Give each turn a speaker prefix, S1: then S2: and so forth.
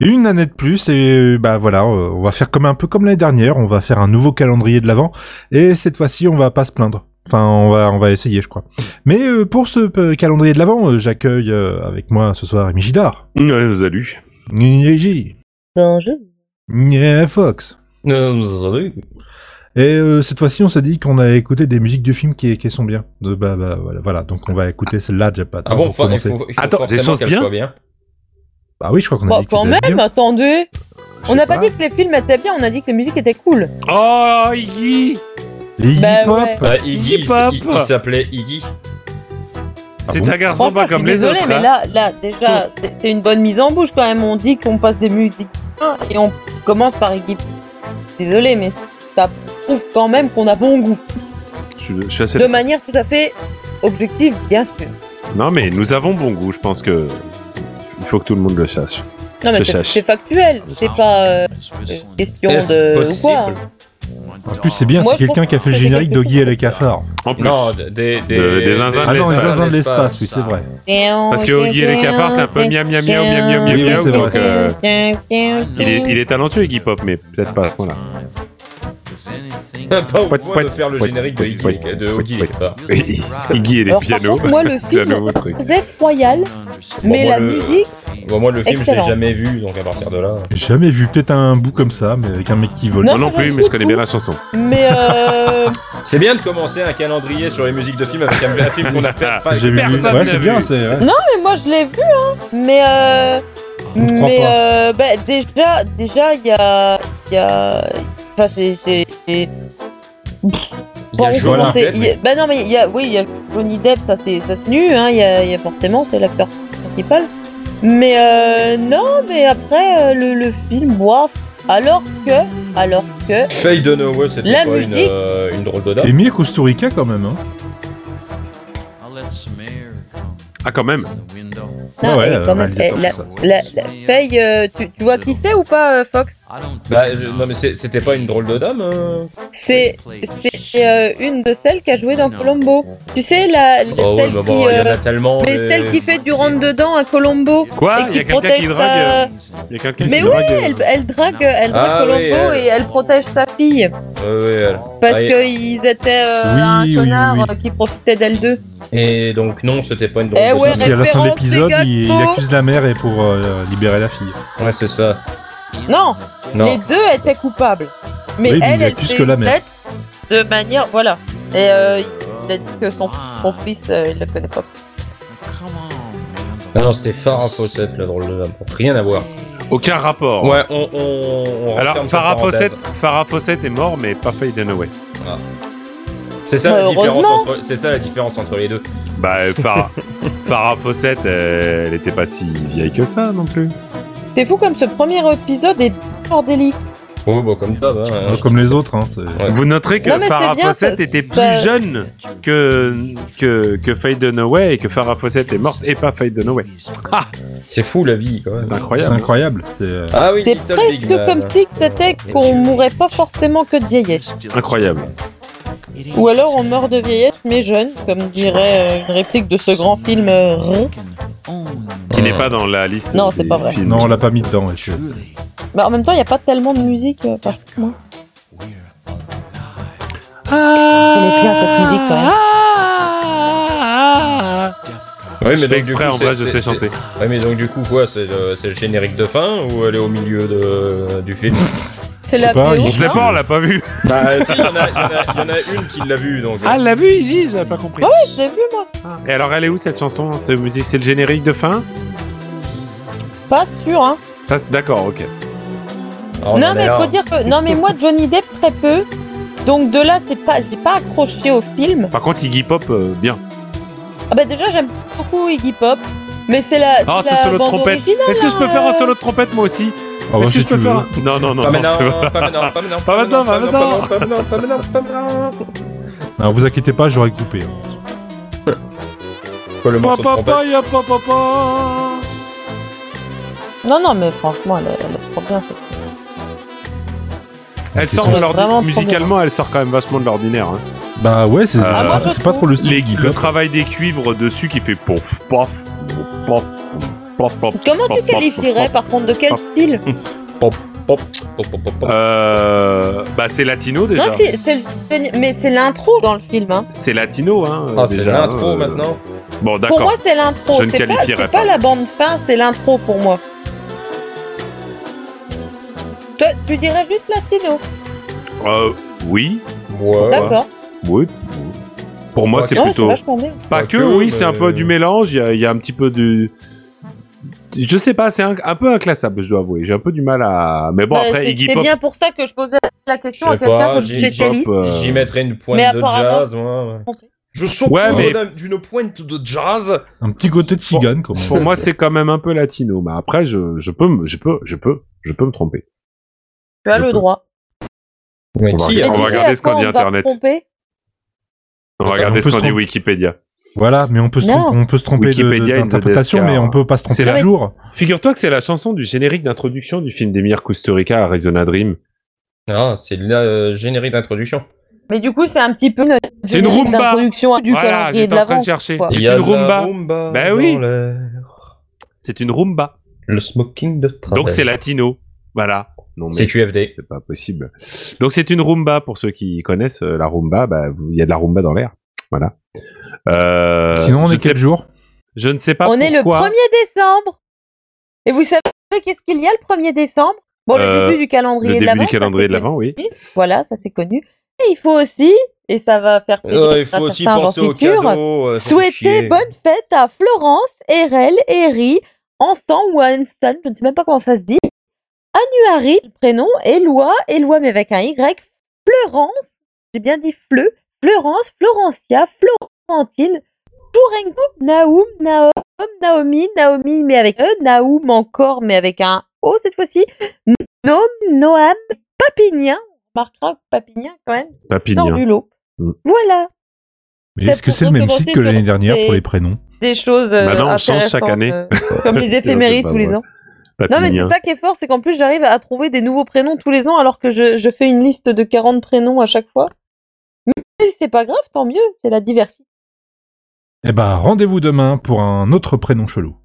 S1: Une année de plus et bah voilà, on va faire comme un peu comme l'année dernière, on va faire un nouveau calendrier de l'avant et cette fois-ci on va pas se plaindre. Enfin, on va, on va essayer, je crois. Mais euh, pour ce p- calendrier de l'avant, euh, j'accueille euh, avec moi ce soir Rémi Gidard,
S2: Ouais, salut.
S1: Niji,
S3: Bonjour.
S1: Fox.
S4: Euh, salut.
S1: Et euh, cette fois-ci, on s'est dit qu'on allait écouter des musiques de films qui, qui sont bien. De, bah, bah, voilà, voilà. donc on va écouter celle-là déjà pas.
S4: Ah bon,
S1: pour
S4: enfin, il
S1: commencer.
S4: faut, il faut
S2: Attends, des
S4: forcément
S2: choses
S4: qu'elle
S2: bien
S4: soit bien.
S1: Bah oui, je crois qu'on a
S3: Bon,
S1: dit que
S3: quand
S1: c'était
S3: même,
S1: bien.
S3: attendez.
S1: Je
S3: On
S1: sais
S3: n'a pas dit que les films étaient bien, on a dit que les musiques étaient cool.
S2: Oh, Iggy
S1: Les hip-hop
S3: Bah ouais.
S4: Bah, Iggy, il,
S2: Hip-hop.
S4: s- il- il s'appelait Iggy.
S2: C'est
S1: Ah bon
S2: un garçon
S3: Franchement,
S2: pas
S3: je suis
S2: comme les
S3: désolée,
S2: autres.
S3: mais
S2: hein.
S3: là, là, déjà, c'est c'est une bonne mise en bouche quand même. On dit qu'on passe des musiques bien et on commence par équipe. Désolé, mais ça prouve quand même qu'on a bon goût.
S2: Je, je suis assez...
S3: De manière tout à fait objective, bien sûr.
S2: Non, mais nous avons bon goût, je pense que. Il faut que tout le monde le sache.
S3: Non, mais
S2: Je
S3: c'est
S2: cherche.
S3: c'est factuel. C'est pas euh, euh, question de. ou quoi.
S1: En plus, c'est bien,
S3: Moi,
S1: c'est
S3: je
S1: quelqu'un
S3: trouve
S1: qui a fait le
S3: que c'est
S1: générique de
S3: quelque
S1: Guy et
S3: chose
S1: les
S3: de bien.
S1: cafards.
S2: En plus.
S4: Non, des, des,
S2: De- des zinzins de
S1: Ah non, les
S2: l'espace.
S1: zinzins de l'espace,
S4: l'espace.
S1: oui, c'est vrai.
S2: Parce que Oggy et les cafards, c'est un peu miam, miam, miam, miam, miam,
S1: Oui, oui,
S2: miam,
S1: c'est
S2: miam. Donc,
S1: vrai.
S2: euh, il,
S3: Il
S2: est, il est talentueux, Iggy Pop, mais peut-être pas à ce point-là.
S4: Pas au
S2: Pouet,
S4: point
S2: pouet,
S4: de faire le
S2: pouet,
S4: générique de
S2: pouet,
S4: Iggy,
S2: pouet,
S4: de Oggy,
S2: pouet,
S4: les gars.
S2: Iggy et les
S3: Ah, Alors, par
S2: pianos.
S3: contre, moi, le
S2: C'est un
S3: film-
S2: nouveau truc.
S3: Joseph Royal, mais
S4: Bon,
S3: la
S4: le-
S3: musique.
S4: Bon, moi, le film, je
S3: Excellent.
S4: l'ai jamais vu, donc à partir de là.
S1: J'ai Jamais vu peut-être un bout comme ça, mais avec un mec qui vole.
S2: Moi
S3: Non,
S2: non
S3: j'en
S2: plus, mais je connais bien la chanson.
S3: Mais euh,
S4: C'est bien de commencer un calendrier sur les musiques de films avec un, un film qu'on a fait. Pas,
S1: J'ai vu.
S2: personne
S1: Ouais,
S2: n'a
S1: c'est
S2: vu.
S1: bien, c'est. ouais.
S3: mais moi je l'ai vu, hein. Mais euh,
S1: On te croit
S3: mais
S1: pas.
S3: euh, bah, déjà, déjà il y a, il y a, enfin c'est, c'est, c'est-
S4: Il y a
S3: bon,
S4: Johnny
S3: comment c'est-
S4: Depp,
S3: il y a- bah non mais il y a, oui, il y a Johnny Depp, ça c'est, ça c'est nu, hein. Il y a, il y a forcément, c'est l'acteur principal. Mais euh, non, mais après euh, le, le film, bof. Alors que, alors que,
S4: Feuille de Noé, c'était
S3: La
S4: pas une,
S3: musique.
S4: euh, une drôle de dame.
S1: Et mieux Costa Rica quand même. Hein.
S2: Ah, quand même.
S3: Non,
S1: ouais,
S3: et
S1: euh,
S3: quand même,
S1: réalisateur,
S3: eh, la,
S1: ça.
S3: la, la- Faye, euh, tu, tu vois qui c'est ou pas, euh, Fox
S4: Bah, euh, non, mais c'est- c'était pas une drôle de dame. euh.
S3: C'est c'est, euh, une de celles qui a joué dans Colombo. Tu sais, la, la-
S4: Oh, ouais,
S3: celle,
S4: mais
S3: qui,
S4: bon, il y en
S3: euh,
S4: a tellement.
S3: mais
S4: les-
S3: celle qui fait du rentre-dedans à Colombo.
S2: Quoi
S3: Et
S2: Il y a
S3: qui euh,
S2: quelqu'un qui
S3: protège ta-
S2: drague. Il y a quelqu'un
S3: Mais
S2: qui
S3: oui,
S2: drague.
S3: elle, elle drague, elle drague
S4: Ah,
S3: Colombo
S4: oui,
S1: euh.
S4: elle.
S3: et elle protège sa fille.
S4: Ouais, ouais, elle.
S3: Parce
S4: Ah, et-
S3: qu'ils étaient euh,
S1: Oui,
S3: un
S1: oui,
S3: connard
S1: oui, oui.
S3: euh, qui profitait d'elle deux.
S4: Et donc, non, c'était pas une drôle
S3: Eh
S4: de
S3: ouais,
S4: dame.
S1: Puis à la fin de
S3: Référence,
S1: l'épisode,
S3: c'est
S1: il, il
S3: gâteau.
S1: accuse la mère et pour euh, libérer la fille.
S4: Ouais, c'est ça.
S3: Non,
S4: Non.
S3: les deux étaient coupables. Mais
S1: Oui, mais
S3: elle,
S1: il
S3: elle
S1: accuse
S3: fait
S1: que la
S3: une
S1: mère.
S3: tête de manière... Voilà. Et euh, il a dit que son, son fils, euh, il le connaît pas.
S4: Ah Non, non, c'était Farah Fawcett, la drôle de dame. Rien à voir.
S2: Aucun rapport.
S4: Ouais, on. on, on
S2: Alors,
S4: referme cette
S2: Farah Fawcett,
S4: parenthèse.
S2: Farah Fawcett est mort, mais pas Faye Dunaway.
S4: C'est ça, la
S3: Bah,
S4: différence
S3: heureusement.
S4: entre- c'est ça la différence entre les deux.
S2: Bah, euh, Farah, Farah Fawcett, euh, elle était pas si vieille que ça non plus.
S3: C'est fou comme ce premier épisode est bordélique.
S4: Oh, bah, comme ça, bah, hein.
S1: Pas comme les autres. Hein, c'est-
S4: Ouais.
S2: Vous noterez que
S3: Non, mais
S2: Farah
S3: c'est bien, bah,
S2: Fawcett
S3: ça-
S2: était plus
S3: ça-
S2: jeune que, que, que Faye Dunaway et que Farah Fawcett est morte et pas Faye Dunaway. Ah,
S4: C'est fou la vie, quoi.
S2: c'est
S1: C'est
S2: incroyable.
S1: incroyable. C'est euh,
S4: Ah oui,
S3: C'est
S4: Little
S3: presque
S4: Big Man.
S3: comme si c'était qu'on mourait pas forcément que de vieillesse.
S2: Incroyable.
S3: Ou alors on meurt de vieillesse mais jeune, comme dirait euh, une réplique de ce grand film. euh, Rond.
S2: Qui n'est pas dans la liste.
S3: Non,
S2: des
S3: c'est pas vrai.
S2: films.
S1: non, on l'a pas mis dedans. et c'est-
S3: Mais Bah, en même temps, il n'y a pas tellement de musique euh, parce que moi.
S2: Ah,
S3: connais bien cette musique, quand même.
S2: ah, ah, ah.
S4: Oui, mais
S2: Je
S4: donc,
S2: fais
S4: du
S2: exprès,
S4: coup,
S2: en
S4: c'est-
S2: vrai, je
S4: c'est-
S2: sais
S4: c'est-
S2: chanter.
S4: Ouais, mais donc, du coup, quoi, c'est le, c'est le générique de fin ou elle est au milieu de, du film
S3: C'est
S1: Je
S3: la
S1: sais pas,
S3: BO,
S1: il
S2: On sait
S3: non
S2: pas, on l'a pas vu.
S4: Bah, si, il y, en a- il y en a- il y en a une qui l'a vu, donc. euh,
S2: l'a vu, Iggy, j'ai pas compris.
S3: Ouais, je l'ai vu moi.
S2: Et alors, elle est où cette chanson, cette musique C'est le générique de fin
S3: Pas sûr hein.
S2: Ça, c'est- D'accord, ok.
S4: ah, on en
S3: non
S4: est
S3: mais
S4: là,
S3: faut
S4: hein.
S3: dire que non mais moi Johnny Depp très peu. Donc de là, c'est pas j'ai pas accroché au film.
S2: Par contre, Iggy Pop, euh, bien.
S3: Ah bah déjà j'aime beaucoup Iggy Pop, mais c'est la
S2: Ah,
S3: c'est
S2: ce
S3: la
S2: solo de
S3: bande
S2: trompette.
S3: originale,
S2: Est-ce que je peux
S3: hein,
S2: faire un
S3: euh.
S2: solo de trompette moi aussi
S1: Ah, ouais,
S2: Est-ce que
S1: si
S2: je peux
S1: tu veux.
S2: faire un- Non, non, non,
S4: Pas
S2: non, c'est-
S4: maintenant, pas maintenant, pas maintenant,
S2: Pas maintenant, pas maintenant.
S4: pas maintenant, pas maintenant, pas maintenant.
S1: Alors vous inquiétez pas, j'aurais coupé. hein.
S4: Quoi, le morceau de
S2: Pa, pa,
S4: trompette
S2: pa, ya, pa, pa, pa.
S3: Non non mais franchement, elle, elle est trop bien cette
S2: Elle
S1: C'est
S2: sort
S1: sûr.
S2: de
S3: sûr.
S2: l'ordi-
S3: Vraiment trop
S2: musicalement, elle sort quand même vachement de l'ordinaire. hein.
S1: Bah ouais, c'est
S2: Ah,
S3: moi, je
S1: c'est pas
S3: trouve.
S1: trop le style.
S2: Les-
S1: Iggy
S2: Le
S1: Pop.
S2: travail des cuivres dessus qui fait pof, pof, pof, pof. Plop, plop,
S3: Comment tu
S2: plop, plop,
S3: qualifierais
S2: plop.
S3: par contre de quel style
S4: Pop, pop, pop, pop.
S2: Euh, Bah, c'est latino déjà.
S3: Non, c'est, c'est le- mais c'est l'intro dans le film. hein.
S2: C'est latino, hein.
S4: Ah,
S2: euh,
S4: c'est
S2: déjà,
S4: l'intro
S2: euh,
S4: maintenant.
S2: Bon,
S3: Pour
S2: d'accord.
S3: moi, c'est l'intro.
S2: Je ne
S3: c'est pas,
S2: qualifierais
S3: c'est
S2: pas.
S3: pas la bande fin, c'est l'intro pour moi. Toi, tu dirais juste latino.
S2: Euh, oui,
S4: Ouais.
S3: D'accord.
S2: oui. Pour moi,
S4: Pas
S2: c'est
S4: que.
S3: Non, mais
S2: plutôt.
S3: c'est vachement bien.
S2: Pas
S4: Pas
S2: que,
S4: que,
S2: oui,
S4: mais-
S2: c'est un peu du mélange. Il y a, il y a un petit peu du. Je sais pas, c'est un, un peu inclassable, je dois avouer. J'ai un peu du mal à. Mais bon,
S3: Bah,
S2: après,
S3: c'est-
S2: Iggy
S3: c'est
S2: Pop.
S3: bien pour ça que je posais la question
S4: Je
S3: à
S4: sais
S3: quelqu'un
S4: pas,
S3: comme
S4: Iggy Pop,
S3: spécialiste.
S2: euh,
S4: J'y mettrais une pointe
S3: Mais
S4: de
S3: apparemment,
S4: jazz. moi.
S3: compris.
S4: Je sors
S2: Ouais, mais-
S4: d'une pointe de jazz.
S1: Un petit côté de cigane, quand
S2: Pour
S1: même.
S2: moi, c'est quand même un peu latino. Mais après, je, je peux, me- je peux, je peux, je peux me tromper.
S3: Tu as
S2: Je
S3: le
S2: peux.
S3: droit.
S4: Mais
S2: On
S4: qui
S2: va
S4: a-
S3: Mais tu sais
S2: regarder
S3: à
S2: ce qu'on
S3: quoi
S2: dit
S3: on va
S2: Internet.
S3: tromper
S2: On va
S1: On
S2: regarder
S1: peut
S2: ce qu'on
S1: se
S2: dit
S1: tromper.
S2: Wikipédia.
S1: Voilà, mais on peut se,
S3: Non.
S1: tromper- on peut se tromper de- de-
S2: Wikipédia is the
S1: d'interprétation,
S2: best
S1: mais
S2: car-
S1: on peut pas se
S2: C'est
S1: tromper
S3: la-
S1: toujours.
S2: Figure-toi que c'est la chanson du générique d'introduction du film d'Emir Kusturica, Arizona Dream.
S4: Ah, c'est le euh, générique d'introduction.
S3: Mais du coup, c'est un petit peu notre
S2: C'est une
S3: générique
S2: Roomba.
S3: d'introduction du
S2: voilà,
S3: calendrier
S2: j'étais
S3: de
S2: en train
S3: l'avant.
S2: de chercher.
S3: quoi.
S2: C'est
S4: Il y a
S2: une
S4: de la
S2: rumba.
S4: rumba Bah
S2: Ben
S4: dans
S2: oui.
S4: l'air.
S2: C'est une rumba.
S4: Le smoking de travail.
S2: Donc c'est latino. Voilà. Non, mais
S4: C'est QFD.
S2: c'est pas possible. Donc c'est une rumba pour ceux qui connaissent euh, la rumba. Bah vous- il y a de la rumba dans l'air. Voilà. Euh,
S1: Sinon, on
S2: je,
S1: est
S2: ne sais,
S1: quel jour
S2: je ne sais pas
S3: on est le
S2: pourquoi.
S3: 1er décembre. Et vous savez qu'est-ce qu'il y a le 1er décembre
S2: Euh,
S3: Bon, le début du
S2: le
S3: calendrier de
S2: début
S3: l'avant.
S2: du calendrier de l'avant, oui.
S3: Voilà, ça c'est connu. Et il faut aussi, et Ah, ça va faire plaisir
S4: Euh, il
S3: à
S4: faut aussi
S3: certains, j'en
S4: penser
S3: suis
S4: au
S3: sûre,
S4: cadeau. euh, ça fait chier.
S3: souhaiter bonne fête à Florence, Erel, Eri, Ansan ou Anstan, je ne sais même pas comment ça se dit, Anuari, le prénom, Eloi, Eloi mais avec un Y, Florence, j'ai bien dit Fleu, Florence, Florencia, Florentine, Tourengo, Naoum, Naom, Naomi, Naomi mais avec E, Naoum encore mais avec un O cette fois-ci, Nom, Noam, Papinien, on remarquera que Papinien quand même, dans
S2: Papinien.
S3: du lot.
S2: Mm.
S3: Voilà,
S1: Mais est-ce que
S3: pour
S1: c'est le même
S3: recommencer
S1: site que
S3: sur
S1: l'année dernière
S3: des-
S1: pour les prénoms
S3: des choses euh,
S2: Bah non, on change
S3: intéressantes,
S2: chaque année.
S3: euh, comme les éphémérides
S2: pas
S3: tous les
S2: vrai.
S3: ans. Non mais
S2: Papinien.
S3: c'est ça qui est fort, c'est qu'en plus j'arrive à trouver des nouveaux prénoms tous les ans alors que je, je fais une liste de 40 prénoms à chaque fois. Mais c'est pas grave, tant mieux, c'est la diversité.
S1: Eh ben, rendez-vous demain pour un autre prénom chelou.